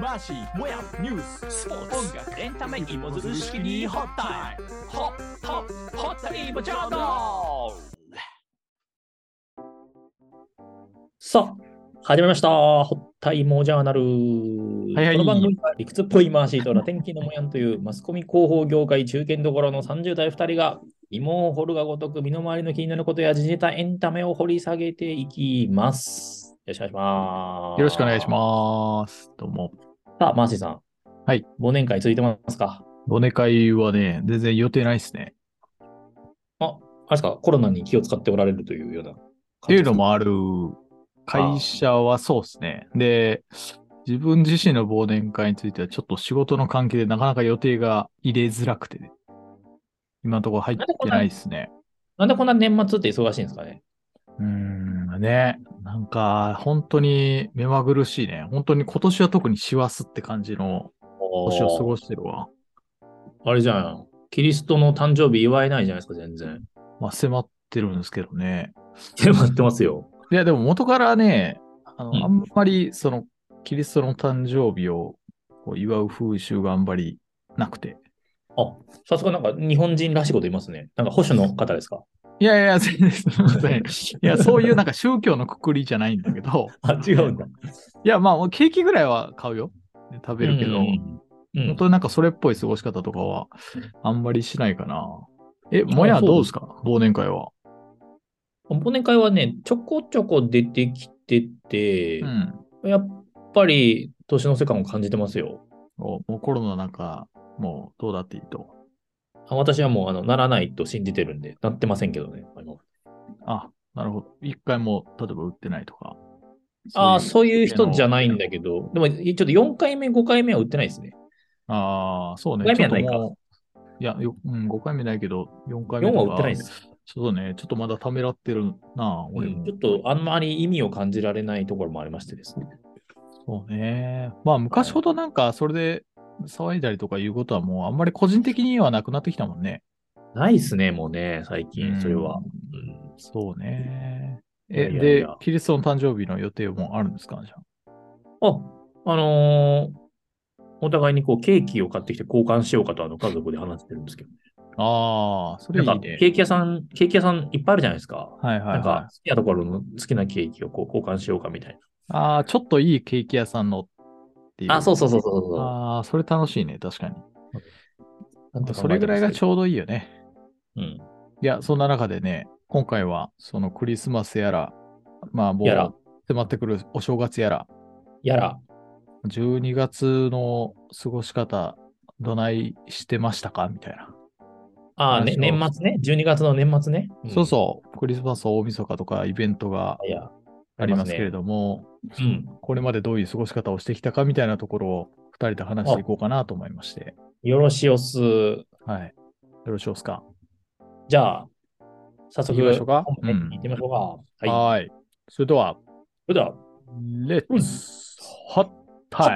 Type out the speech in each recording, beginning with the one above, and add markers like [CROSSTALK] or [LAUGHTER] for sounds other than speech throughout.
マシもやニューススポーツ音楽エンタメ芋づる式にホッタイホッホッホッタイ芋ジャーナさあ、始まりました。ホッタイモジャーナル。はいはいこの番組は理屈っぽいマーシーとラテン系のモヤンというマスコミ広報業界中堅どころの30代2人が芋を掘るがごとく身の回りの気になることや時事ネタエンタメを掘り下げていきます。よろしくお願いします。よろしくお願いしまます。どうも。す。さあ、マーシーさん。はい。忘年会ついてますか忘年会はね、全然予定ないですね。あれですか、コロナに気を使っておられるというような感じでってすか。いうのもある。会社はそうですね。で、自分自身の忘年会については、ちょっと仕事の関係でなかなか予定が入れづらくて、今のところ入ってないですね。なんでこんな年末って忙しいんですかねうーん、ね。なんか、本当に目まぐるしいね。本当に今年は特に師走って感じの年を過ごしてるわ。あれじゃん。キリストの誕生日祝えないじゃないですか、全然。 [LAUGHS] まあ、迫ってるんですけどね。待ってますよ。いや、でも元からね、あうんの、あんまり、その、キリストの誕生日をこう祝う風習があんまりなくて。あ、さすがなんか日本人らしいこと言いますね。なんか保守の方ですかいやいや、全然すみま [LAUGHS] せん。いや、そういうなか。んか宗教のくくりじゃないんだけど、あ、違うんだ。いや、まあ、ケーキぐらいは買うよ。で食べるけど、うんうん本当になんかそれっぽい過ごし方とかは、あんまりしないかな。え、もやあそうどうですか忘年会は。忘年会はね、ちょこちょこ出てきてて、うん。やっぱり年の瀬感を感じてますよ。おもうコロナなんか、もうどうだっていいと。あ私はもうあのならないと信じてるんで、なってませんけどね。あのあ、なるほど。一回も、例えば売ってないとか。あーそういう人じゃないんけだどけど、でもちょっと4回目、5回目は売ってないですね。ああ、そうね。五回目はないかちょっともういや、ようん、5回目ないけど、4回目4とかは売ってないです。ちょっとね、ちょっとまだためらってるな、う俺んも。ちょっとあんまり意味を感じられないところもありましてですね。そうね。まあ、昔ほどなんか、それで騒いだりとかいうことはもう、あんまり個人的にはなくなってきたもんね。ないですね、もうね、最近、それは。うんうんそうね。いやえ、いやで、キリストの誕生日の予定もあるんですかじゃあ、あのーお互いにこうケーキを買ってきて交換しようかとあの家族で話してるんですけど、あ。ああ、それいないんかね。ケーキ屋さん、ケーキ屋さんいっぱいあるじゃないですか。はいはい、なんはかい。好きなところの好きなケーキをこう交換しようかみたいああ、ちょっといいケーキ屋さんのっていう。な。あ、そううそうそうそうそああ、それ楽しいね、確かに。う。なんとかそれぐらいがちょょうどいいよね。うん。いや、そんな中でね、今回はそのクリスマスやら、まあもやらう迫ってくるお正月やら、やら、 12月の過ごし方、どないしてましたかみたいな、あー、話ね、を年末ね、12月の年末ね。そうそう、クリスマス大晦日とかイベントがうん。いや、ありますけれど。ども、うん。これまでどういう過ごし方をしてきたかみたいなところを2人で話していこうかなと思いまして、よろしおす。はい。よろしいですか。じゃあ、早速、行きましょうか本編に行ってみましょうか。はい。はーい。それでは、それでは、レッツホッタイ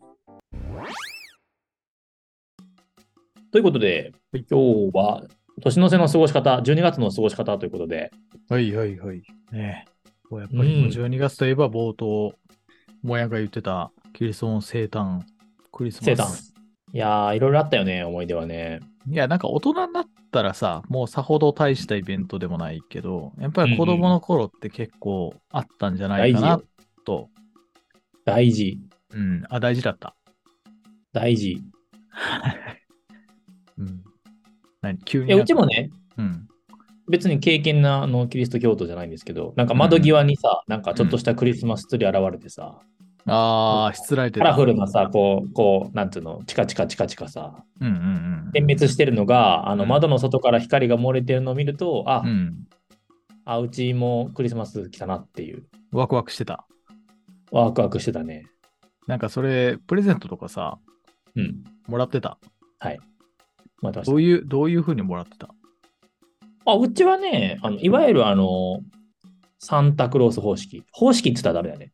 ムということで、はい今日は年の瀬の過ごし方、12月の過ごし方ということで、はいはいはい。ねえ。こうやっぱうんりもう12月といえば冒頭、もやが言ってたキリストの生誕、クリスマス。いやー、いろいろあったよね、思い出はね。いや、なんか大人になったらさ、もうさほど大したイベントでもないけど、やっぱり子供の頃って結構あったんじゃないかな大事と。大事、うん。あ、大事だった。大事。うん。何急にえなんかうちも。ね、うん。別に経験なあのキリスト教徒じゃないんですけど、なんか窓際にさ、なんかちょっとしたクリスマスツリー現れてさ、ああ、しつらえてカた。ラフルなさ、こう、こう、なんつうの、チカチカチカチカさ、うんうん点滅してるのが、あのうん窓の外から光が漏れてるのを見ると、あ、うん。うん。あ、うちもクリスマス来たなっていう、ワクワクしてた。ワクワクしてたね。なんかそれ、プレゼントとかさ、うん。もらってた。待ってましどたういう、どういうふうにもらってたあ、うちはね、あのいわゆるあの、サンタクロース方式。方式って言ったらダメだね。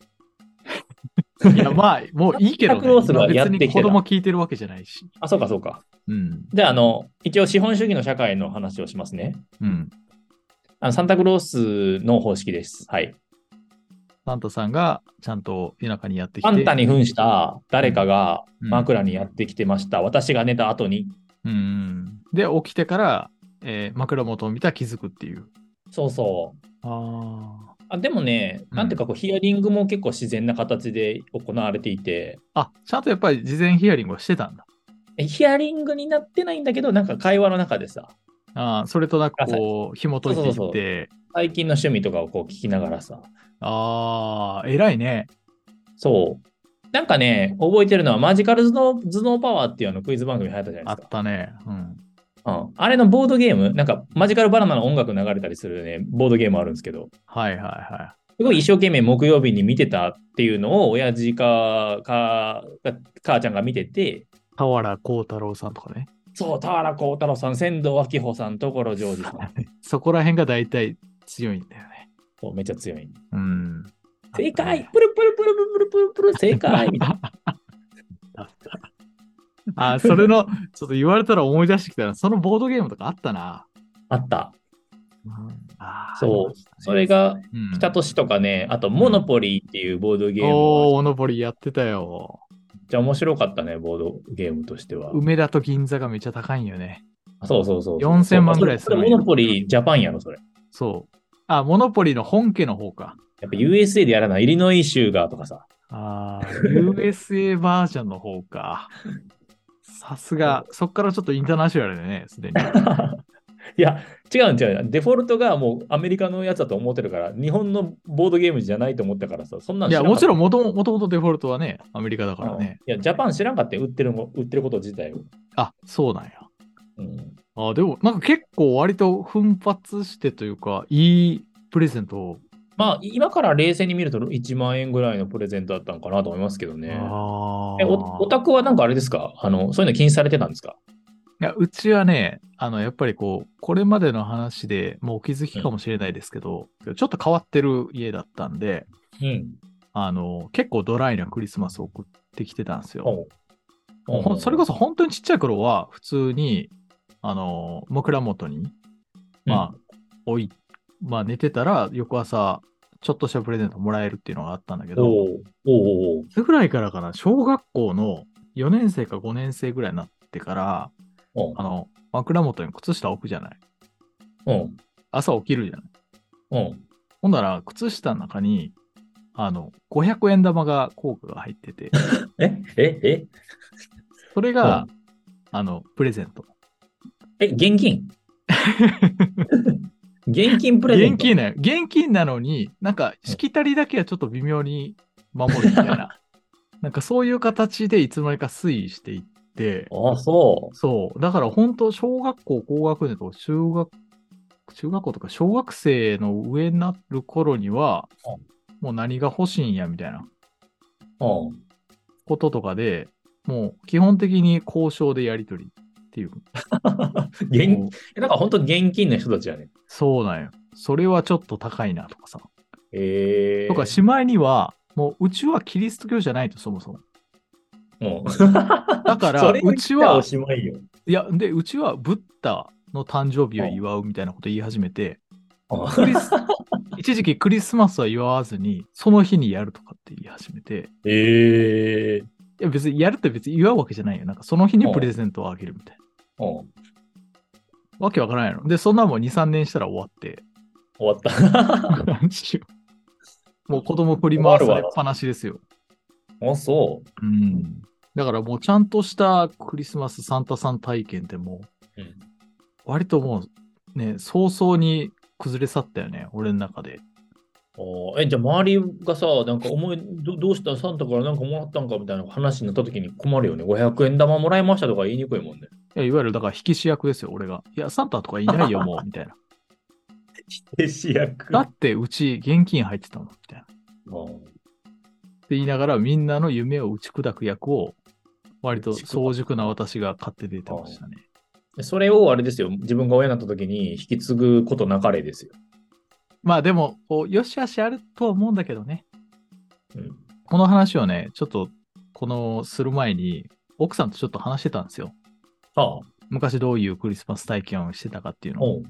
[LAUGHS] いや、まあ、もういいけど、サンタクロースがね、やっ別てきてたに子供聞いてるわけじゃないし。あ、そうかそうか。うん。で、あの、一応資本主義の社会の話をしますね。うん。あのサンタクロースの方式です。はい。サンタさんがちゃんと田舎にやってきサて。ンタに扮した誰かがうん枕にやってきてました。私が寝た後に。うん。で、起きてから、えー枕元を見たら気づくっていう。そうそう。ああでもね、うんなんていうかこう、ヒアリングも結構自然な形で行われていて、あ。あ、ちゃんとやっぱり事前ヒアリングをしてたんだ。えヒアリングになってないんだけど、なんか会話の中でさ、あーそれとなくこう、紐解いていって。そうそう最近の趣味とかをこう聞きながらさ、ああ、偉いね。そう。なんかね、覚えてるのはマジカル頭脳頭脳パワーっていうあのクイズ番組流行ったじゃあないっですか。たね。うん。うん、あれのボードゲーム、なんかマジカルバナナの音楽流れたりするね、ボードゲームあるんですけど、はいはいはすごい一生懸命木曜日に見てたっていうのを、親父か、か、か母ちゃんが見てて、い。俵原幸太郎さんとかね。そう、田原幸太郎さん、仙道明穂さん、所ジョージさん。そこら辺が大体強いんだよね。そうめっちゃ強い。うん。正あった解ねプルプルプルプルプルプルプル正解みたいな。あ、それの、ちょっと言われたら思い出してきたら、そのボードゲームとかあったな。あった。あーそうありましたねそれがうん北都市とかね、あとモノポリーっていうボードゲームおー、はおのぼりやってたよ。めっちゃ面白かったね、ボードゲームとしては。梅田と銀座がめっちゃ高いんよね。そうそうそう。 4000万ぐらいすそるれモのにノポリージャパンやろ、それ。そう。あ、モノポリの本家の方か。やっぱ USA でやらない、イリノイ州がとかさ。あー USA バージョンの方か。さすが、そっからちょっとインターナショナルでね、すで [LAUGHS] に。いや、違うん違う。デフォルトがもうアメリカのやつだと思ってるから、日本のボードゲームじゃないと思ったからさ、そんなんい知らや、なかもったちろんもともともとデフォルトはね、アメリカだからね。うんいや、ジャパン知らんかって売ってるも、売ってること自体を。あ、そうなんや。うん、あでも、なんか結構割と奮発してというか、いいプレゼントを。まあ、今から冷静に見ると1万円ぐらいのプレゼントだったのかなと思いますけどね。あーえ、おお宅はなんかあれですかあの、そういうの禁止されてたんですかいや、うちはね、あの、やっぱりこう、これまでの話でもうお気づきかもしれないですけど、ちょっと変わってる家だったんで、うん。あの、結構ドライなクリスマスを送ってきてたんですよ。おうもうほんそれこそ、そ本当にちっちゃい頃は、普通に、あの、枕元に、まあ、置い、まあ寝てたら、翌朝、ちょっとしたプレゼントもらえるっていうのがあったんだけおど、うおうおういつぐらいからかな、小学校の4年生か5年生ぐらいになってから、おうあの、枕元に靴下置くじゃない。うん。朝起きるじゃない。うん。ほんなら、靴下の中に、あの、500円玉が効果が入ってて、えええそれが、あの、プレゼント。え現 [LAUGHS] 金現金プレゼン現ト金なよ。現金なのに、なんか、しきたりだけはちょっと微妙に守るみたい [LAUGHS] な。なんか、そういう形でいつの間にか推移していって、ああ、そそう。だから、本当小学校、高学年とか、中学、中学校とか、小学生の上になる頃には、もう何が欲しいんや、みたいな。う。うん。こととかで、もう基本的に交渉でやり取りっていう。も現うなんか本当現金の人たちやね。そうなんよ。それはちょっと高いなとかさ。ええとか、しまいには、もううちはキリスト教じゃないと、そ [LAUGHS] もそも。うん、だから、それを言うっちたらはお、しまいよ。いや、で、うちはブッダの誕生日を祝うみたいなこと言い始めて、うんクリス [LAUGHS] 一時期クリスマスは祝わずに、その日にやるとかって言い始めて、ええいや、別にやるって別に祝うわけじゃないよ。なんかその日にプレゼントをあげるみたいな。うんわけわからないの。で、そんなもん2、3年したら終わって、終わった。 [LAUGHS] [LAUGHS] もう子供振り回されっぱなしですよ。あ、そう。うん。だからもうちゃんとしたクリスマスサンタさん体験ってもうんう、割ともうね、早々に崩れ去ったよね、俺の中で。あーえじゃあ周りがさ、なんか思いど、どうしたサンタからなんかもらったんかみたいな話になった時に困るよね。500円玉もらいましたとか言いにくいもんね。いやいわゆるだから引き主役ですよ、俺が。いや、サンタとかいないよ、も [LAUGHS] う、みたいな。え、主役だって、うち現金入ってたもん、みたいな。って言いながら、みんなの夢を打ち砕く役を、割と早熟な私が買って出てましたね。それをあれですよ、自分が親になった時に引き継ぐことなかれですよ。まあでも、こうよしあしあるとは思うんだけどね。うん、この話をね、ちょっと、この、する前に、奥さんとちょっと話してたんですよ。ああ、昔どういうクリスマス体験をしてたかっていうのを。うん。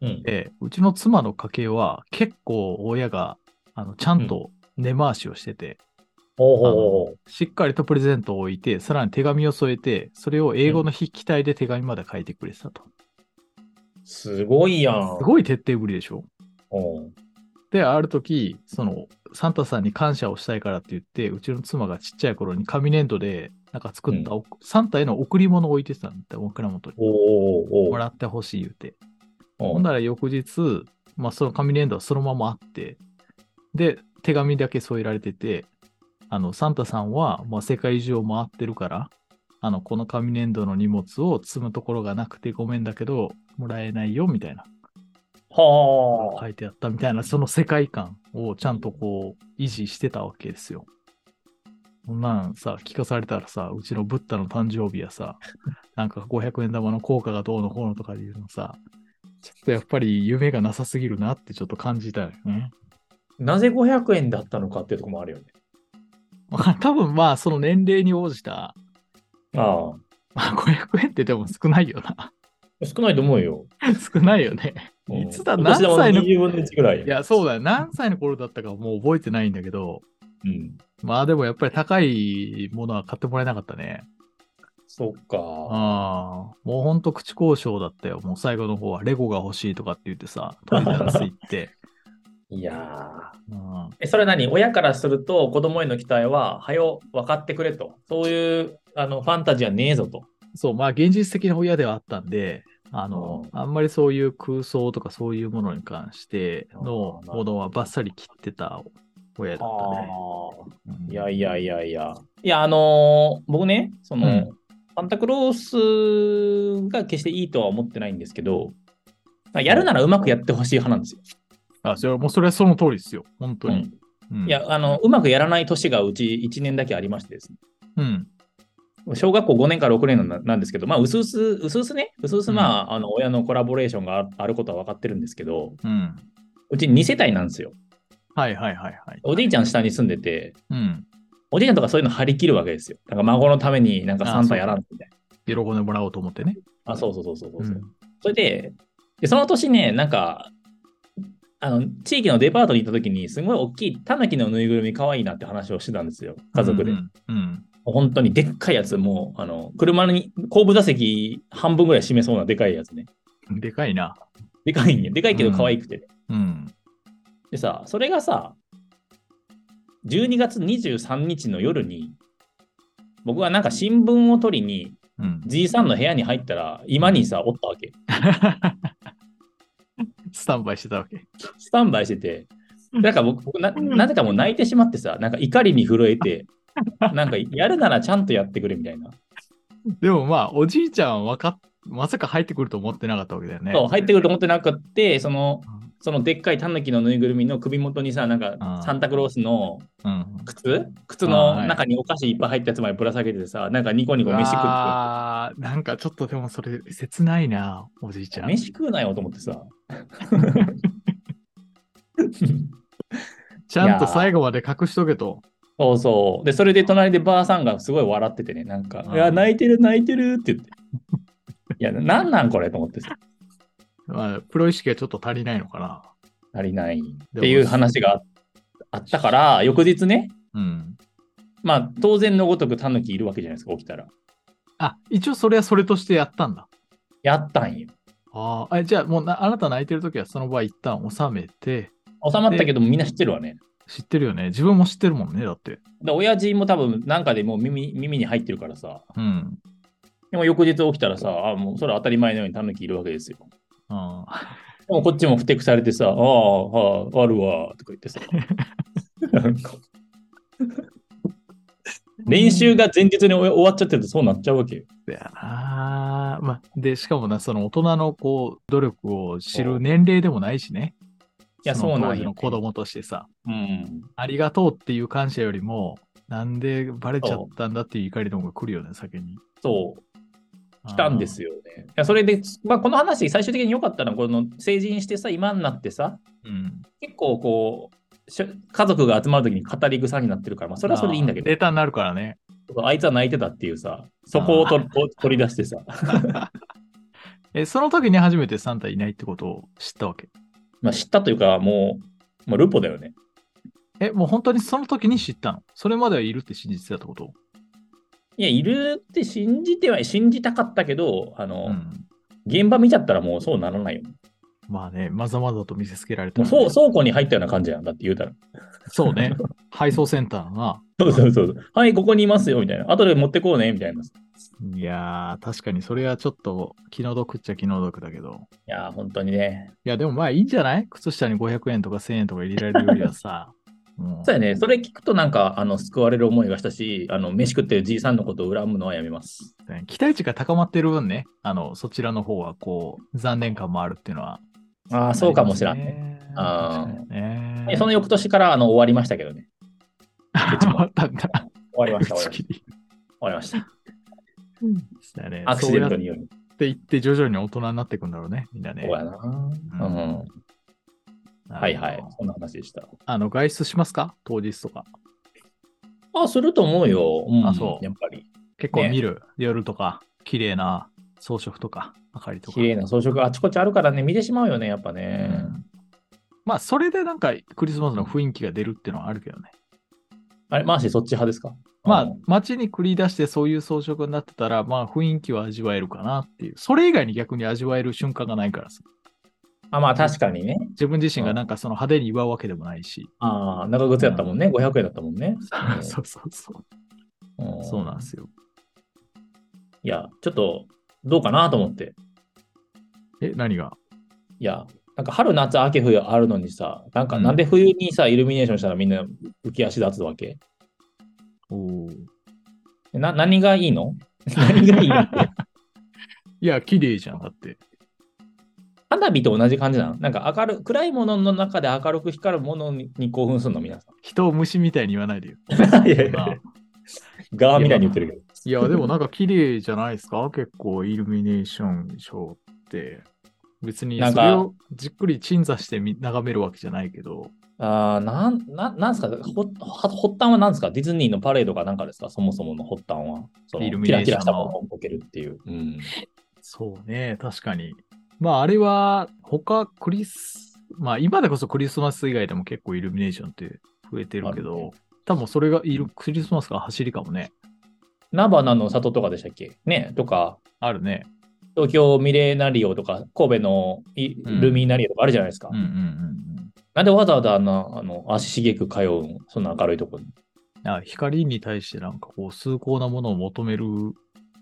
うん、で、うちの妻の家系は、結構親が、あの、ちゃんと根回しをしてて、ほうほうほしっかりとプレゼントを置いて、さらに手紙を添えて、それを英語の筆記体で手紙まで書いてくれてたと。う。すごいやん。すごい徹底ぶりでしょうんで、ある時、その、サンタさんに感謝をしたいからって言って、うちの妻がちっちゃい頃に紙粘土で、なんか作ったお、サンタへの贈り物を置いてたんだって、枕元に。おおおおもらってほしい言うて。おほんなら翌日、まあ、その紙粘土はそのままあって、で、手紙だけ添えられてて、あの、サンタさんは、まあ、世界中を回ってるから、あの、この紙粘土の荷物を積むところがなくてごめんだけど、もらえないよ、みたいな、はあ。書いてあったみたいな、その世界観をちゃんとこう、維持してたわけですよ。こんなんさ、聞かされたらさ、うちのブッダの誕生日やさ、 [LAUGHS] なんか500円玉の効果がどうのこうのとかで言うのさ、ちょっとやっぱり夢がなさすぎるなってちょっと感じたよね。なぜ500円だったのかっていうところもあるよね。まあ多分まあその年齢に応じあた、あ。まあ500円ってでも少ないよな。 [LAUGHS] 少ないと思うよ。少ないよね。うんいつだお年玉何歳の20分の1ぐらい。いや、そうだよ。何歳の頃だったかもう覚えてないんだけど、うん。まあでもやっぱり高いものは買ってもらえなかったね。そっか。ああ、もうほんと口交渉だったよ。もう最後の方はレゴが欲しいとかって言ってさ、トイザらス [LAUGHS] 行って。いやー。うんえ、それは何親からすると子供への期待は、はよ、分かってくれと。そういうあのファンタジーはねえぞと。そう、まあ現実的な親ではあったんで、あの、あんまりそういう空想とかそういうものに関してのあーものはバッサリ切ってた親だったね。うんいやいやいやいや。いや、あのー僕ね、その、うんサンタクロースが決していいとは思ってないんですけど、まあやるならうまくやってほしい派なんですよ。あ、それはもうそれはその通りですよ。本当に。うんいや、、あの、うまくやらない年がうち1年だけありましてですね。うん。小学校5年から6年ななんですけど、まあ、うすうす、うすうすね、うすうす、まあ、あの親のコラボレーションがああることは分かってるんですけど、うん。うち2世帯なんですよ。はいはいはいはい。おじいちゃん下に住んでて、うん。おじいちゃんとかそういうの張り切るわけですよ。なんか孫のためになんかサンタやらんみたい喜んでもらおうと思ってね。な。あ、そうそうそうそうそうう、ん。それでで、その年ね、なんか、あの、地域のデパートに行った時に、すごい大きいタヌキのぬいぐるみ可愛いなって話をしてたんですよ。家族で。うんうん。本当にでっかいやつ、もう、あの、車に後部座席半分ぐらい占めそうなでかいやつね。うんでかいな。でかいんよ。でかいけど可愛くて、うん。でさ、それがさ、12月23日の夜に、僕はなんか新聞を取りに、うん。じいさんの部屋に入ったら、今にさ、おったわけ。スタンバイしてたわけ。スタンバイしてて、なんか僕、僕ななぜかもう泣いてしまってさ、なんか怒りに震え [LAUGHS] て、なんかやるならちゃんとやってくれみたいな。でもまあ、おじいちゃんはわかっまさか入ってくると思ってなかったわけだよね。そう入ってくると思ってなくって、そのうん、そのでっかいタヌキのぬいぐるみの首元にさ、なんかうんサンタクロースのうん。靴靴あーはのい中にお菓子いっぱい入ったやつまでぶら下げてさ、なんかニコニコ飯食って。あーなんかちょっとでもそれ切ないな、おじいちゃん。飯食うなよと思ってさ。ちゃんと最後まで隠しとけと。そうそう。で、それで隣でばあさんがすごい笑っててね、なんか、うんいや、泣いてる、泣いてるって言って。いや、なんなんこれと思ってさ、まあ、プロ意識がちょっと足りないのか足りないっていう話がああったから、翌日ね、な。うん。まあ、当然のごとくタヌキいるわけじゃないですか、起きたら。あ、一応それはそれとしてやったんだ。やったんよ。あーあ、じゃあもうなあなた泣いてるときはその場合一旦収めて、収まったけど、みんな知ってるわね。知ってるよね。自分も知ってるもんね、だって。で、親父も多分、なんかでもう耳耳に入ってるからさ、うん。でも翌日起きたらさ、あもうそれは当たり前のようにタヌキいるわけですよ。あでもこっちもふてくされてさ、ああ、ああ、あるわ、とか言ってさ。 [LAUGHS] なんか練習が前日に終わっちゃってるとそうなっちゃうわけよ。だよな。まあ、で、しかもな、その大人のこう、努力を知る年齢でもないしね。いやのそうなんよ当時の子供としてさ、うん。ありがとうっていう感謝よりも、なんでバレちゃったんだっていう怒りの方が来るよね、先に。そう、来たんですよ。よね。いやそれで、まあ、この話、最終的に良かったのは、この成人してさ、今になってさ、うん。結構こう、しょ家族が集まるときに語り草になってるから、まあ、それはそれでいいんだけデータになるからね。ど、あいつは泣いてたっていうさ、そこをと取り出してさ、え、その時に初めてサンタいないってことを知ったわけ。まあ、知ったというか、もう、まあ、ルポだよね。え、もう本当にその時に知ったのそれまではいるって信じてたってこといや、いるって信じては、信じたかったけど、あの、うん。現場見ちゃったらもうそうならないよ。まあね、まざまざと見せつけられたもうらね、そう倉庫に入ったような感じやんだって言うたら。そうね。配送センターのな。そうそうそうそう。はい、ここにいますよ、みたいな。後で持ってこうね、みたいな。いいやー、確かにそれはちょっと気の毒っちゃ気の毒だけど。やー、本当にね。いや、でもまあいいんじゃない靴下に500円とか1000円とか入れられるよりはさ。も [LAUGHS] そうやね。それ聞くとなんか、あの、救われる思いがしたし、あの、飯食ってるじいさんのことを恨むのはやめます。ね期待値が高まってる分ね、あの、そちらの方はこう、残念感もあるっていうのは、ああ、そうかもしらんね。ね。あー確かにねでその翌年からあの終わりましたけどね。変 [LAUGHS] わった [LAUGHS] んだ。終わりま打した、終ちわりました切り。終わりました。だねアクシデントそうによる。やっていって徐々に大人になっていくんだろうね、みんなね。そうやな。うん。はいはい。そんな話でした。あの、外出しますか当日とか。あ、すると思うよ。うんあそうやっぱり。結構ね見る。夜とか、綺麗な装飾とか、明かりとか。綺麗な装飾あちこちあるからね、見てしまうよね、やっぱうね。んまあ、それでなんかクリスマスの雰囲気が出るっていうのはあるけどね。あれ、マーシーそっち派ですかまうあん、街に繰り出してそういう装飾になってたら、まあ、雰囲気は味わえるかなっていう。それ以外に逆に味わえる瞬間がないからさ。あ、まあ確かにね。自分自身がなんかその派手に祝うわけでもないし。ああ、長靴やったもんね。500円だったもんね。 [LAUGHS] そうそうそう。うんそうなんですよ。いや、ちょっと、どうかなと思って。え、何がいや、なんか春、夏、秋、冬あるのにさ、なんかなんで冬にさ、イルミネーションしたらみんな浮き足立つわけおーな何がいい [LAUGHS] の何がいいのっていや、綺麗じゃん、だって。花火と同じ感じなのなんか明る暗いものの中で明るく光るものに興奮するの皆さ人を虫みたいに言わ [LAUGHS] ないでよ。ん。いやそんなガーみたいに言ってるけど。い [LAUGHS] や、でもなんか綺麗じゃないですか結構イルミネーションショーって。別になんそかれをじっくり鎮座してみ眺めるわけじゃないけど、 [LAUGHS] ああ、なん、なん、なんすかほは発端は何ですかディズニーのパレードかなんかですかそもそもの発端は。そのイルミキネラーキションのラしたものを受けるっていう。うん。そうね、確かに。まああれは他クリス、まあ今でこそクリスマス以外でも結構イルミネーションって増えてるけあるどね、多分それがいるクリスマスが走りかもね。菜花の里とかでしたっけね、とか、あるね。東京ミレナリオとか、神戸のイうんルミナリオとかあるじゃないですか。うんうんうんなんでわざわざあんな、あの、足しげく通うのそんな明るいところに。うん。あ光に対してなんかこう崇高なものを求める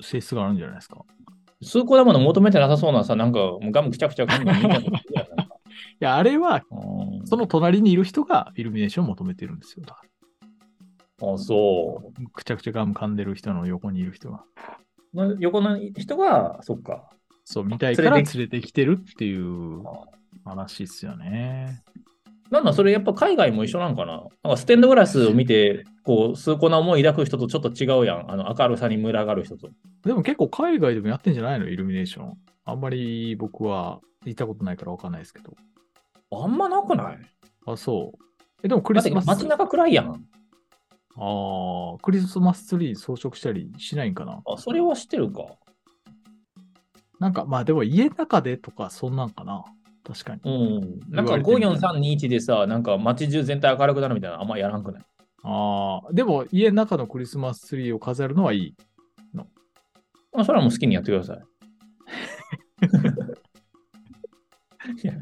性質があるんじゃないですか。崇高なもの求めてなさそうなさ、なんか、もうガムくちゃくちゃガムガムみんなのこと言うやん [LAUGHS] なんかいや、あれはうんその隣にいる人がイルミネーションを求めてるんですよ。だかあそらくちゃくちゃガム噛んでる人の横にいる人が。う。の横の人が、そっか。そう、見たいから連連れれてきてるっていうあ話ですよね。なんだ、それやっぱ海外も一緒なんかななんかステンドグラスを見て、こう、崇高な思い抱く人とちょっと違うやん。あの、明るさに群がる人と。でも結構海外でもやってんじゃないのイルミネーション。あんまり僕は行ったことないからわかんないですけど。あんまなくないあ、そう。え、でもクだリってスマス。街中暗いやん。ああ、クリスマスツリー装飾したりしないんかなあ、それは知ってるか。なんかまあでも家の中でとかそんなんかな確かに。うん。なん言かわれてみたら54321でさ、なんか街中全体明るくなるみたいなのあんまやらんくないああ、でも家の中のクリスマスツリーを飾るのはいい。まあ、それはもう好きにやってください。いや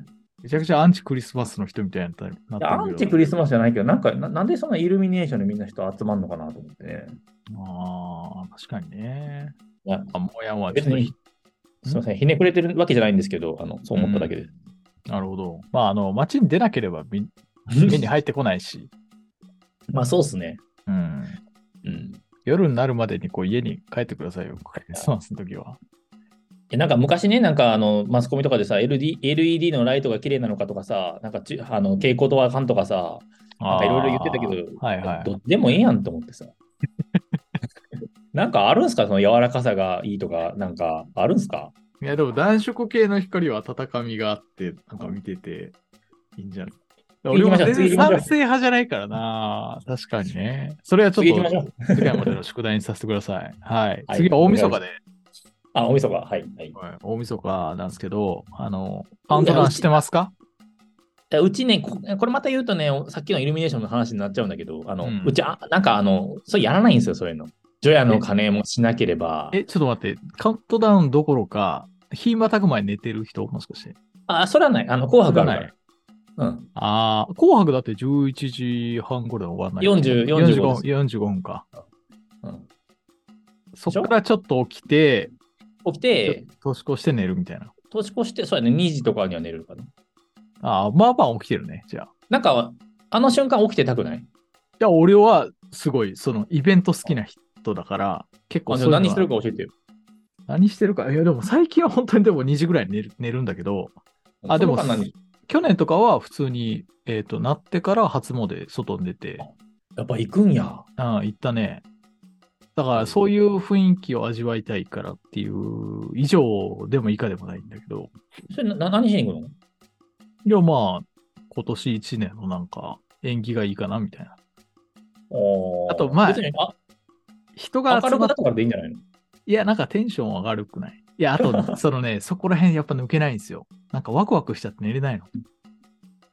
めちゃくちゃアンチクリスマスの人みたいになったなってるけどアンチクリスマスじゃないけど、なんか、ななんでそんなイルミネーションでみんな人集まるのかなと思ってね。ああ、確かにね。いやあ、もやんはちょっ別とに、すみません、ひねくれてるわけじゃないんですけど、あのそう思っただけで。なるほど。まあ、あの、街に出なければみ目に入ってこないし、 [LAUGHS] まあ、そうっすね。うん。うん。夜になるまでにこう家に帰ってくださいよ、クリスマスの時は。えなんか昔ね、なんかあのマスコミとかでさ、LD、LED のライトが綺麗なのかとかさ、なんかちあの蛍光灯はあかんとかさ、なんかいろいろ言ってたけどあーはいはい。どっちでもええやんと思って [LAUGHS] さ。なんかあるんすかその柔らかさがいいとか、なんかあるんすかいや、でも暖色系の光は温かみがあって、なんか見てていいんじゃない俺も全然次行きましょう賛成派じゃないからな。確かにね。それはちょっ次行きましょとう。次回までの宿題にさせてください。はい。はい次は大晦日で、あ、おみそか。はい。はい、はい大晦日なんですけど、あの、カウントダウンしてますかだうちねこ、これまた言うとね、さっきのイルミネーションの話になっちゃうんだけど、あの、ううんちあ、なんかあの、それやらないんですよ、そういうの。除夜の鐘もしなければ。え、ちょっと待って、カウントダウンどころか、日またぐ前に寝てる人、もしかして。あ、それはない。あの、紅白あるかそれら。うん。ああ、紅白だって11時半頃で終わらない。 40 45 45分か。うんそっからちょっと起きて、起きて、年越して寝るみたいな。年越して、そうやね、2時とかには寝るかな。ああ、まあまあ起きてるね、じゃあ。なんか、あの瞬間起きてたくないいや、俺はすごい、そのイベント好きな人だから、結構あそじういゃあうのは何してるか教えてよ。何してるか。いや、でも最近は本当にでも2時ぐらいに寝る寝るんだけど、あでもその間何去年とかは普通に、えっ、と、なってから初詣外に出て、やっぱ行くんや。ああ、行ったね。だから、そういう雰囲気を味わいたいからっていう、以上でも以下でもないんだけど、それなな何しに行くのいや、まあ、今年1年のなんか、縁起がいいかな、みたいな。おーあとまあ別に人あが明集るくまっなったからでいいんじゃないのいや、なんかテンション上がくない。いや、あ [LAUGHS] と、そのね、そこら辺やっぱ抜けないんですよ。なんかワクワクしちゃって寝れないの。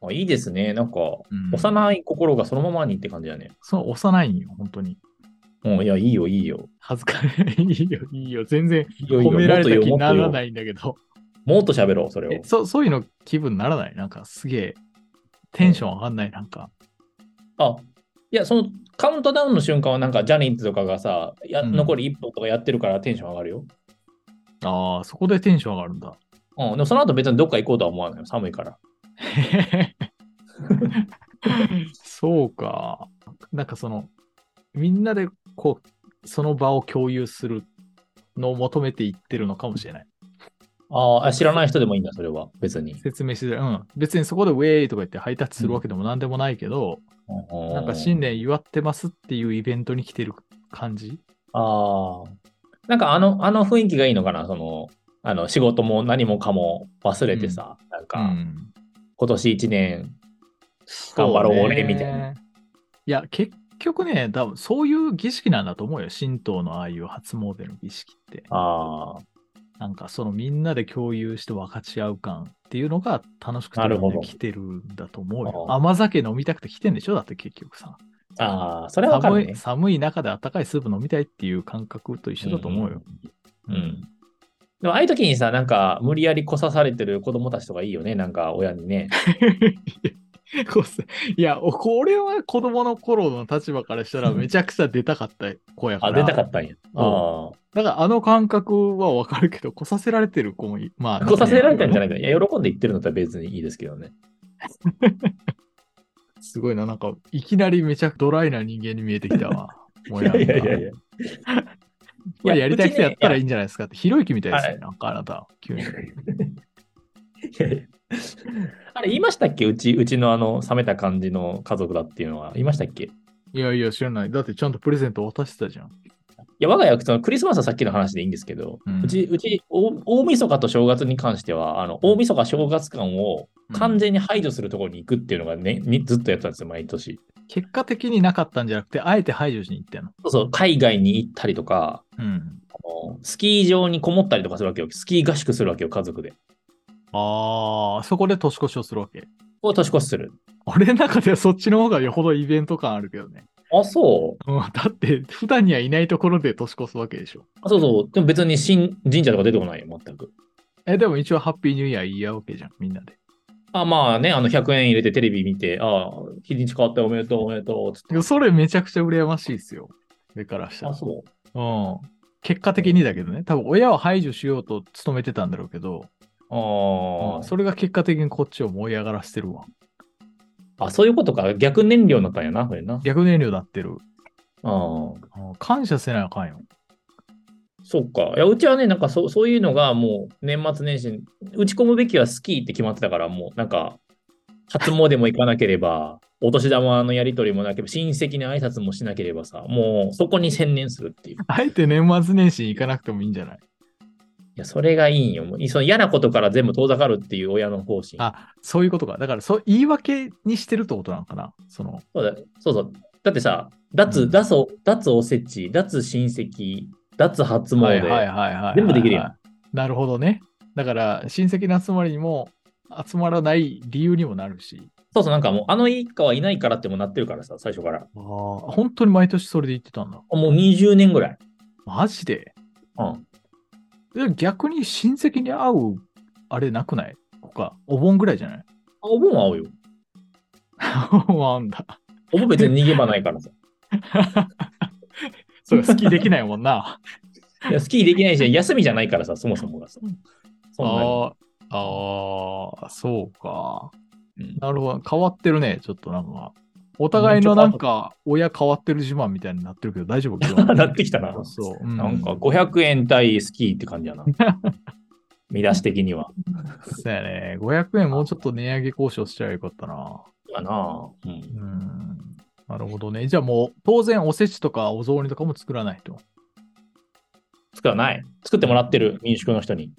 あいいですね。なんか、うん、幼い心がそのままにって感じだね。そう、幼いんよ、本当に。うん、いや、いいよ、いいよ。恥ずかしい。いいよ、いいよ。全然いいよいいよ褒められた気にならもっとよもっとよないんだけど。もっと喋ろう、それえを。そうそういうの気分にならない。なんかすげえ、テンション上がんない。なんか。あ、いや、そのカウントダウンの瞬間は、なんかジャニーズとかがさ、やうん残り1分とかやってるからテンション上がるよ。ああ、そこでテンション上がるんだ。うん、でもその後別にどっか行こうとは思わないよ、寒いから。そうか。なんかその、みんなでこう、その場を共有するのを求めていってるのかもしれない。あーあ、知らない人でもいいんだ、それは、別に。説明しづらい。うん。別にそこでウェーイとか言ってハイタッチするわけでもなんでもないけど、ななんか新年祝ってますっていうイベントに来てる感じああ。なんかあの、あの雰囲気がいいのかな、その、あの仕事も何もかも忘れてさ、なんか、うん。今年一年頑張ろうそうね俺みたいな。。いや、結局ね、多分そういう儀式なんだと思うよ。神道のああいう初詣の儀式って。ああ、なんかそのみんなで共有して分かち合う感っていうのが楽しくてなるほど来てるんだと思うよ。ああ甘酒飲みたくて来てんでしょだって結局さ。ああ、それはわか寒るいね。寒い中で温かいスープ飲みたいっていう感覚と一緒だと思うよ。うん。でも、ああいう時にさ、なんか、無理やりこさされてる子供たちとかいいよね、なんか、親にね。 [LAUGHS] こうさいや、おこれは子供の頃の立場からしたらめちゃくちゃ出たかった子やかあ、ら。出たかったんや。 [LAUGHS] ああ。だからあの感覚はわかるけど、来させられてる子もい、 [LAUGHS] まあ、こさせられたんじゃないいか。いや、喜んで言ってるのとは別にいいですけどね。すごいな、なんか、いきなりめちゃくドライな人間に見えてきたわ。 [LAUGHS] もういなんかやいやいやいや。これやりたい人やったらいいいんじゃないですかって、ひろゆきみたいですはね、なんかあなた、急に。やいやいやあれ、言いましたっけうち、うちのあの、冷めた感じの家族だっていうのは、言いましたっけいやいや、知らない。だってちゃんとプレゼント渡してたじゃん。いや、我が家、そのクリスマスはさっきの話でいいんですけど、ううんち、うち大、大晦日と正月に関しては、あの、大晦日正月間を完全に排除するところに行くっていうのがね、にずっとやってたんですよ、毎年。結果的になかったんじゃなくて、あえて排除しに行ったの。そうそう、海外に行ったりとか、うん。あのスキー場にこもったりとかするわけよ。スキー合宿するわけよ、家族で。ああ、そこで年越しをするわけ。を年越しする。俺の中ではそっちの方がよほどイベント感あるけどね。あ、そう。うん、だって、普段にはいないところで年越すわけでしょ。あそうそう。でも別に神神社とか出てこないよ、全く。え、でも一応ハッピーニューイヤー言い合うわけじゃん、みんなで。あ、まあね、あの、100円入れてテレビ見て、ああ、日にち変わったよおめでとう、おめでとう、つって。それめちゃくちゃ羨ましいですよ。上からしたあ、ら。そう。うん。結果的にだけどね、多分親を排除しようと努めてたんだろうけど、ああ、それが結果的にこっちを燃え上がらせてるわ。あ、そういうことか。逆燃料になったんやな、これな。逆燃料になってる。ああ、うん感謝せなあかんよ。そうか。いや、うちはね、なんかそそういうのがもう年末年始、打ち込むべきはスキーって決まってたから、もうなんか、初詣も行かなければ、 [LAUGHS] お年玉のやり取りもなければ、親戚に挨拶もしなければさ、もうそこに専念するっていう。いあえて年末年始に行かなくてもいいんじゃないや、それがいいんよ。もういその嫌なことから全部遠ざかるっていう親の方針。あ、そういうことか。だから、そう、言い訳にしてるってことなのかなその、そうだ、そうそう。だってさ、脱、うん脱お、脱おせち、脱親戚、脱初詣。はいはいはいはいはい全部できるやん。なるほどね。だから、親戚の集まりにも、集まらない理由にもなるし、そうそう、なんかもう、あの一家はいないからってもなってるからさ、最初から。あー本当に毎年それで行ってたんだ。もう20年ぐらい。マジでうん。でも逆に親戚に会う、あれなくない他、お盆ぐらいじゃない [LAUGHS] あお盆は会うよ。あんだ。お盆別に逃げ場ない [LAUGHS] からさ。そうか、好きできないもんな。いやスキーできないし、休みじゃないからさ、そもそもがさ。 [LAUGHS] そんなに。ああ、ああ、そうか。うんなるほど。変わってるね、ちょっとなんか。お互いのなんか、親変わってる自慢みたいになってるけど、大 [LAUGHS] 丈夫なってきたなそう。なんか500円対スキーって感じや [LAUGHS] な。見出し的には。そうやね。500円もうちょっと値上げ交渉しちゃえばよかったな。やな、うん、うん。なるほどね。じゃあもう、当然おせちとかお雑煮とかも作らないと。作らない。作ってもらってる民宿の人に。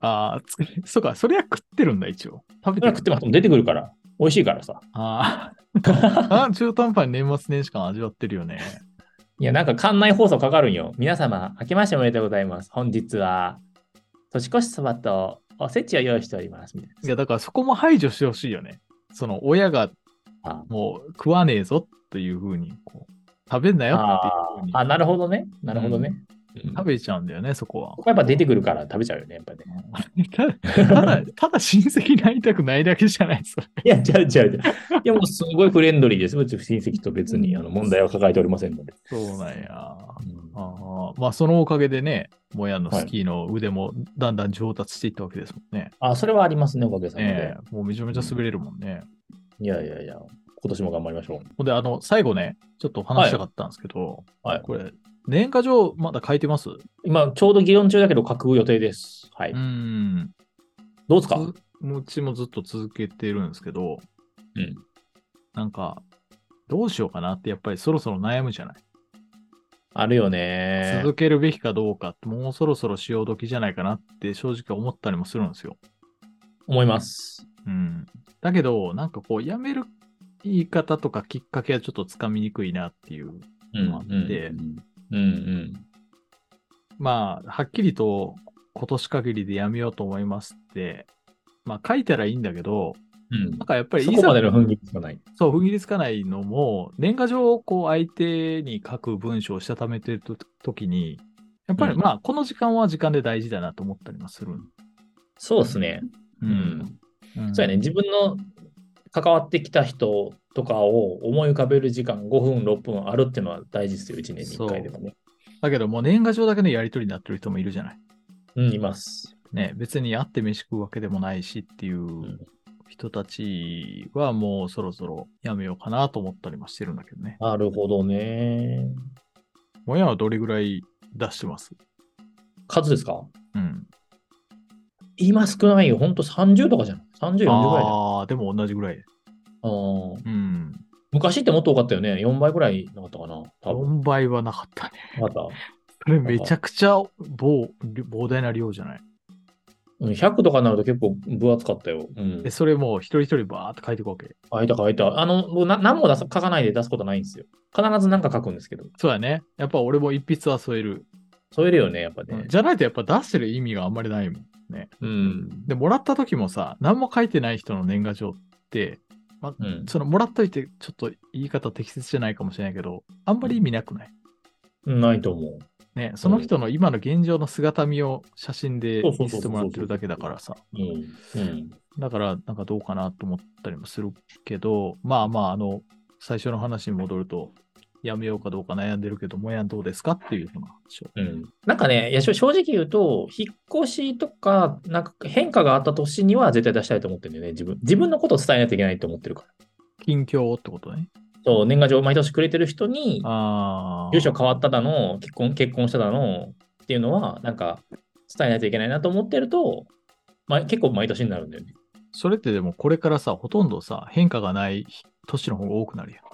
ああ、作れ、 [LAUGHS] そうか、それは食ってるんだ、一応。それ食べてるは食ってもらっても出てくるから。美味しいからさ。あ [LAUGHS] あ。あ中途半端に年末年始感味わってる [LAUGHS] よね。いや、なんか館内放送かかるんよ。皆様、明けましておめでとうございます。本日は、年越しそばとおせちを用意しております。みたいいや、だからそこも排除してほしいよね。その親がな。もう食わねえぞっていうふうにこう、食べんなよっていうふうにあ、あなるほどね。なるほどね。うん食べちゃうんだよね、そこはこ。こやっぱ出てくるから食べちゃうよね、やっぱね。たた [LAUGHS] だ、ただ親戚になりたくないだけじゃないですか。いや、違う違う違う。 [LAUGHS] いや、もうすごいフレンドリーです。うち親戚と別にあの問題は抱えておりませんので。そうなんや。うんああまあ、そのおかげでね、もやのスキーの腕もだんだん上達していったわけですもんね。あ、それはありますね、おかげさまで。ええもうめちゃめちゃ滑れるもんね。いやいやいや、今年も頑張りましょう。ほんで、あの、最後ね、ちょっとお話したかったんですけど、はいはいこれ、年賀状まだ書いてます今、ちょうど議論中だけど、書く予定です。はい。うん。どうですかずうちもずっと続けてるんですけど、うんなんか、どうしようかなって、やっぱりそろそろ悩むじゃない、あるよね。続けるべきかどうかって、もうそろそろ潮時じゃないかなって正直思ったりもするんですよ。思います。うん。だけど、なんかこう、やめる言い方とかきっかけはちょっとつかみにくいなっていう。うんまあでうんうんうん。まあ、はっきりと、今年限りでやめようと思いますって、まあ書いたらいいんだけど、うんなんかやっぱりそいこざまでの雰囲気がない。そう、踏ん切りつかないのも、年賀状をこう相手に書く文章をしたためてるときに、やっぱりうんまあ、この時間は時間で大事だなと思ったりもする。そうですね。う。うんん。そうやね。自分の関わってきた人とかを思い浮かべる時間5分、6分あるっていうのは大事ですよ。1年に1回でもね。だけど、もう年賀状だけのやり取りになってる人もいるじゃない。うん、います。ね、別に会って飯食うわけでもないしっていうん人たちはもうそろそろやめようかなと思ったりもしてるんだけどね。なるほどね。もやはどれぐらい出してます数ですかうん。今少ないよ。ほんと30とかじゃない ?30、40ぐらいじゃないああ、でも同じぐらい。あーうん。昔ってもっと多かったよね。4倍ぐらいなかったかな。多分4倍はなかったね。 [LAUGHS] また。それめちゃくちゃ膨膨大な量じゃない。うん100とかになると結構分厚かったよ。うんで、それもう一人一人バーって書いていくわけ。あ、いたか、いた。あの、もうな何も出さ書かないで出すことないんですよ。必ず何か書くんですけど。そうやね。やっぱ俺も一筆は添える。添えるよね、やっぱね。じゃないとやっぱ出してる意味があんまりないもん。うん。で、もらった時もさ、何も書いてない人の年賀状って、うん。そのもらっといてちょっと言い方適切じゃないかもしれないけど、あんまり意味なくない。ないと思う。ね、その人の今の現状の姿見を写真でそうそう見そうせてもらってるだけだからさ。うん。うん。だから、なんかどうかなと思ったりもするけど、まあまあ、あの、最初の話に戻ると、やめようかどうか悩んでるけど、もやんどうですかっていう話を。うん、なんかね、いや正正直言うと、引っ越しとか、なんか変化があった年には絶対出したいと思ってるんだよね、自分。自分のことを伝えないといけないと思ってるから。近況ってことね。そう、年賀状を毎年くれてる人に、ああ。住所変わっただの、結婚、結婚しただのっていうのは、なんか伝えないといけないなと思ってると、まあ、結構毎年になるんだよね。それってでも、これからさ、ほとんどさ、変化がない年の方が多くなるやん。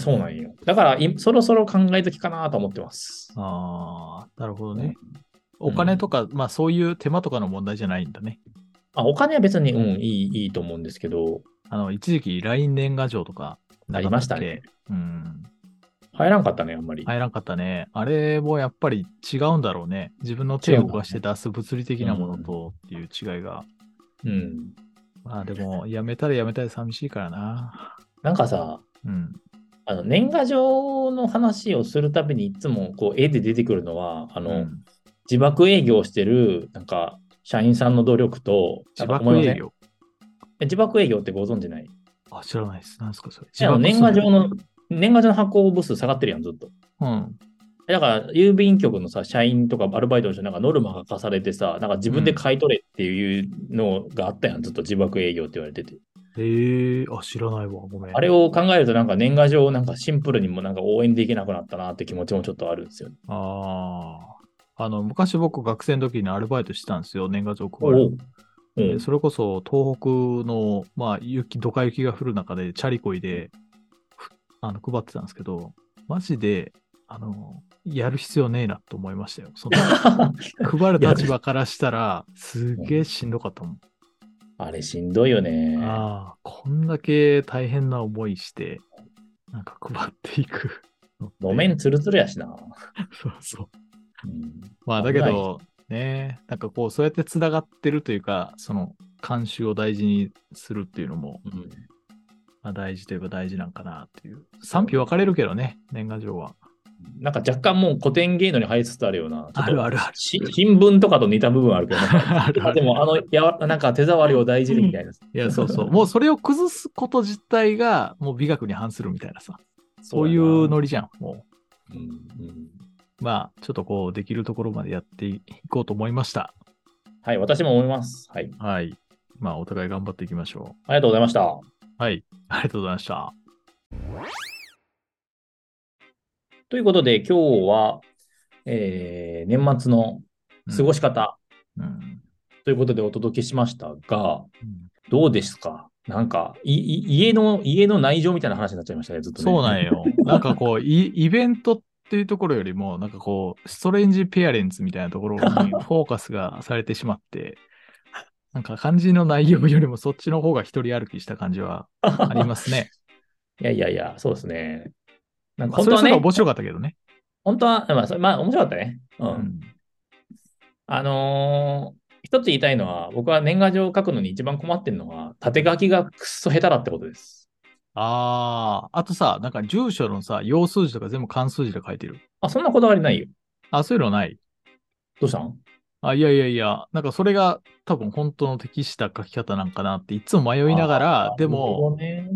そうなんよ。だから、いそろそろ考え時かなと思ってます。ああ、なるほどうねん。お金とか、まあそういう手間とかの問題じゃないんだね。あお金は別に、うん、いい、いいと思うんですけど、あの、一時期 LINE 年賀状とかなかったっけありましたね。うん。入らんかったね、あんまり。入らんかったね。あれもやっぱり違うんだろうね。自分の手を動かして出す物理的なものとっていう違いが。うん。まあでも、辞めたら辞めたら寂しいからな。なんかさ、うん。あの年賀状の話をするたびにいつもこう絵で出てくるのは、あの、うん自爆営業してる、なんか、社員さんの努力と、自なんか思爆いません営業。え自爆営業ってご存知ないあ、知らないです。何ですか、それ。あの年賀状の。の、年賀状の発行部数下がってるやん、ずっと。うん。だから、郵便局のさ、社員とかアルバイトの人なんかノルマが課されてさ、なんか自分で買い取れっていうのがあったやん、ずっと自爆営業って言われてて。ええあ、知らないわ。ごめん。あれを考えると、なんか年賀状をなんかシンプルにもなんか応援できなくなったなって気持ちもちょっとあるんですよね。ああ。あの、昔僕学生の時にアルバイトしてたんですよ。年賀状配おる。ううんでそれこそ東北の、まあ、雪、どか雪が降る中で、チャリこいで、ふあの、配ってたんですけど、マジで、あの、やる必要ねえなと思いましたよ。[LAUGHS] その配る立場からしたら、すげえしんどかったもん。 [LAUGHS] あれしんどいよね。ああ、こんだけ大変な思いして、なんか配っていくのって。路面ツルツルやしな。 [LAUGHS] そうそう。うんまあ、だけど、ね、なんかこう、そうやってつながってるというか、その、慣習を大事にするっていうのも、うんまあ、大事といえば大事なんかなっていう。賛否分かれるけどね、年賀状は。なんか若干もう古典芸能に入りつつあるような。ちょっとあるあるあるし新聞とかと似た部分あるけどなんか [LAUGHS] あるああるでもあのやわ、なんか手触りを大事にみたいな。いや、そうそう。もうそれを崩すこと自体が、もう美学に反するみたいなさ。 [LAUGHS] そういうノリじゃん、もうんうんう。まあ、ちょっとこう、できるところまでやっていこうと思いました。はい、私も思います。はい。はい。まあ、お互い頑張っていきましょありがとうございました。う。はい。ありがとうございました。ということで、今日は、えー年末の過ごし、し方うんということでお届けしましたが、うんどうですかなんかいい家の、家の内情みたいな話になっちゃいましたね、ずっとね。そうなんや。 [LAUGHS] よ。なんかこう、イイベントっていうところよりも、なんかこう、ストレンジペアレンツみたいな [LAUGHS] ところにフォーカスがされてしまって、なんか漢字の内容よりもそっちの方が一人歩きした感じはあります [LAUGHS] ね。いやいやいや、そうですね。なんかま本あそ当れはそれがね、面白かったけどね。本当は、まあ、それまあ、面白かったね。う。うんあのー一つ言いたいのは、僕は年賀状を書くのに一番困ってるのは、縦書きがくっそ下手だってことです。ああ、あとさ、なんか住所のさ、用数字とか全部漢数字で書いてる。あ、そんなこだわりないよ。あ、そういうのない。どうしたんあ、いやいやいや、なんかそれが多分本当の適した書き方なんかなっていつも迷いながら、でも、、なるほどね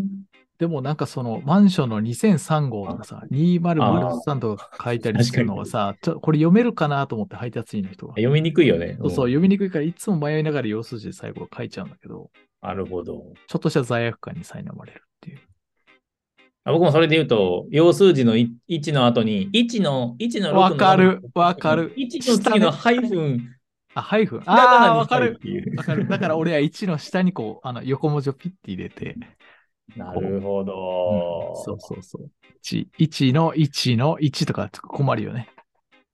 でもなんかそのマンションの2003号とかさ、2003とか書いたりするのはさ、ちょこれ読めるかなと思って配達員の人が。読みにくいよね。そうそう、ん読みにくいからいつも迷いながら用数字で最後書いちゃうんだけど、なるほど。ちょっとした罪悪感に苛まれるっていう。あ僕もそれで言うと、要数字のい1の後に、1の、1の6の。わかる、わかる。 1の次のハイフン、あ、ハイフン。ひらがなああー、にわかしたいっる。ていう。わかる。だから俺は1の下にこう、あの横文字をピッて入れて、なるほどうん。そうそうそう。1、1の1の1とか困るよね。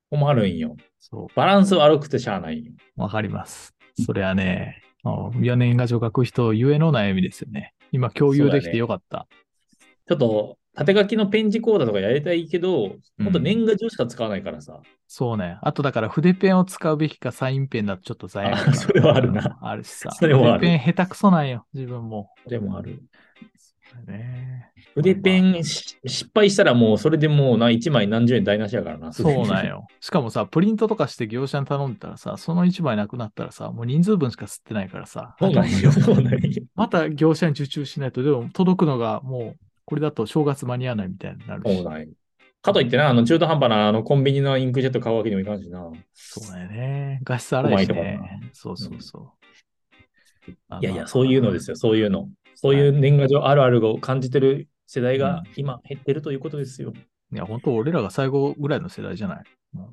困るんよ。そバランス悪くてしゃあないよ。う、わかります。それはね、あ4年賀状書く人ゆえの悩みですよね。今共有できてよかった。ちょっと、縦書きのペン字講座とかやりたいけど、うんほんと年賀状しか使わないからさ。そうねあとだから筆ペンを使うべきかサインペンだとちょっと罪悪感あそれはあるな。あるしさ。それはある筆ペン下手くそなんよ、自分も。でもある。ね、筆ペンし失敗したらもうそれでもうな1枚何十円台無しやからな。そうなんよ。よ。しかもさ、プリントとかして業者に頼んでたらさ、その1枚なくなったらさ、もう人数分しか吸ってないからさ。 [LAUGHS] そうなんよ。そうなんよ。また業者に受注しないと、でも届くのがもう、これだと正月間に合わないみたいになるそうし。なんよ。かといってな、あの中途半端なあのコンビニのインクジェット買うわけにもいかんしな。そうだよね。画質荒いしうまいとねこな。そうそうそう。いやいや、そういうのですよ、そういうの。そういう年賀状あるあるを感じてる世代が今減ってるということですよ。いや、本当俺らが最後ぐらいの世代じゃない。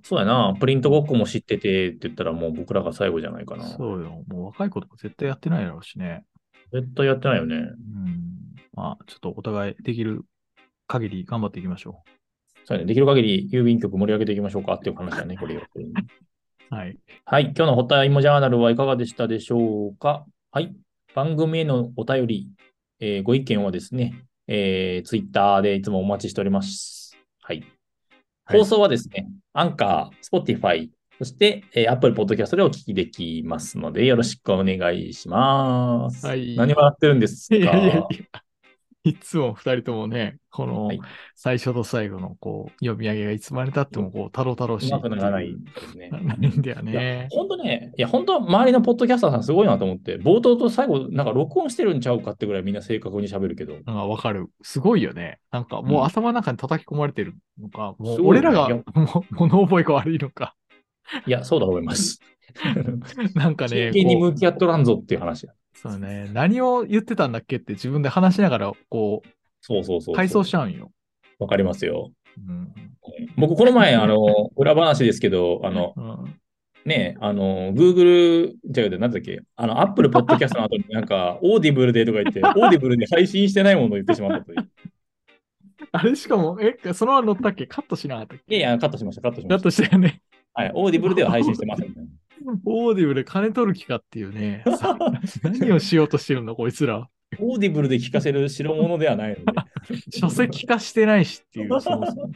そうやな、プリントごっこも知っててって言ったらもう僕らが最後じゃないかな。そうよ。もう若い子とか絶対やってないだろうしね。絶対やってないよね。うん。まあ、ちょっとお互いできる限り頑張っていきましょそうやね、できる限り郵便局盛り上げていきましょうかっていう話だね、これよ。う。はい。はい、今日のホッタイモジャーナルはいかがでしたでしょうかはい、番組へのお便り、えーご意見はですね、えー、ツイッターでいつもお待ちしております。はい。はい放送はですね、アンカー、スポティファイ、そして、えー Apple Podcast でお聞きできますので、よろしくお願いします。はい何笑ってるんですかいやいやいや。いつも二人ともね、このはい最初と最後のこう読み上げがいつまでたってもこう、たろたろしい。うまくならないですね。 [LAUGHS] ないんだいよやね。本当ね、いや、本当は周りのポッドキャスターさんすごいなと思って、冒頭と最後、なんか録音してるんちゃうかってぐらいみんな正確に喋るけど。なんかわかる。すごいよね。なんかもう頭の中に叩き込まれてるのか、もうすごい俺よねらがいやもう [LAUGHS] 物覚えが悪いのか。いや、そうだと思います。なんかね真、剣にこ向き合っとらんぞっていう話や。うそうね、何を言ってたんだっけって自分で話しながら、こ、そうそうそうう。回想しちゃうんよ。わかりますよ。うん。僕、この前、あの、裏話ですけど、あの、うんね、あの、Google、じゃあ、なんだっけ、あの、Apple Podcast の後になんか、オーディブルでとか [LAUGHS] 言って、オーディブルで配信してないものを言ってしまったという。あれしかも、え、そのまま乗ったっけカットしなかったっいけやいや、カットしました、カットしカまッした。トしたよね。はい、オーディブルでは配信してません、ね。オーディブル金取る気かっていうね。 [LAUGHS] さ何をしようとしてるんだ、こいつら。オーディブルで聞かせる代物ではないので。書籍化してないしっていう、そもそも。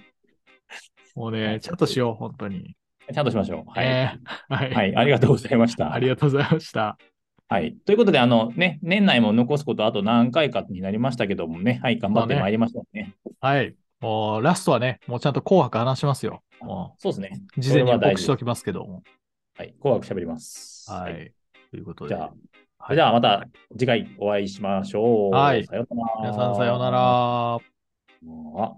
もうね、ちゃんとしよう、本当に。ちゃんとしましょう。はい。えーはい。はい、ありがとうございました。ありがとうございました。はい。ということで、あのね、年内も残すことあと何回かになりましたけどもね、はい、頑張ってまいりましょうね。はい。もうラストはね、もうちゃんと紅白話しますよ。もそうですね。う事前にこれは大予告事しておきますけども。はい、紅白喋ります。は。い。ということじで。ゃあ、はいじゃあまた次回お会いしましょう。はいさようなら。皆さんさようなら。うわ。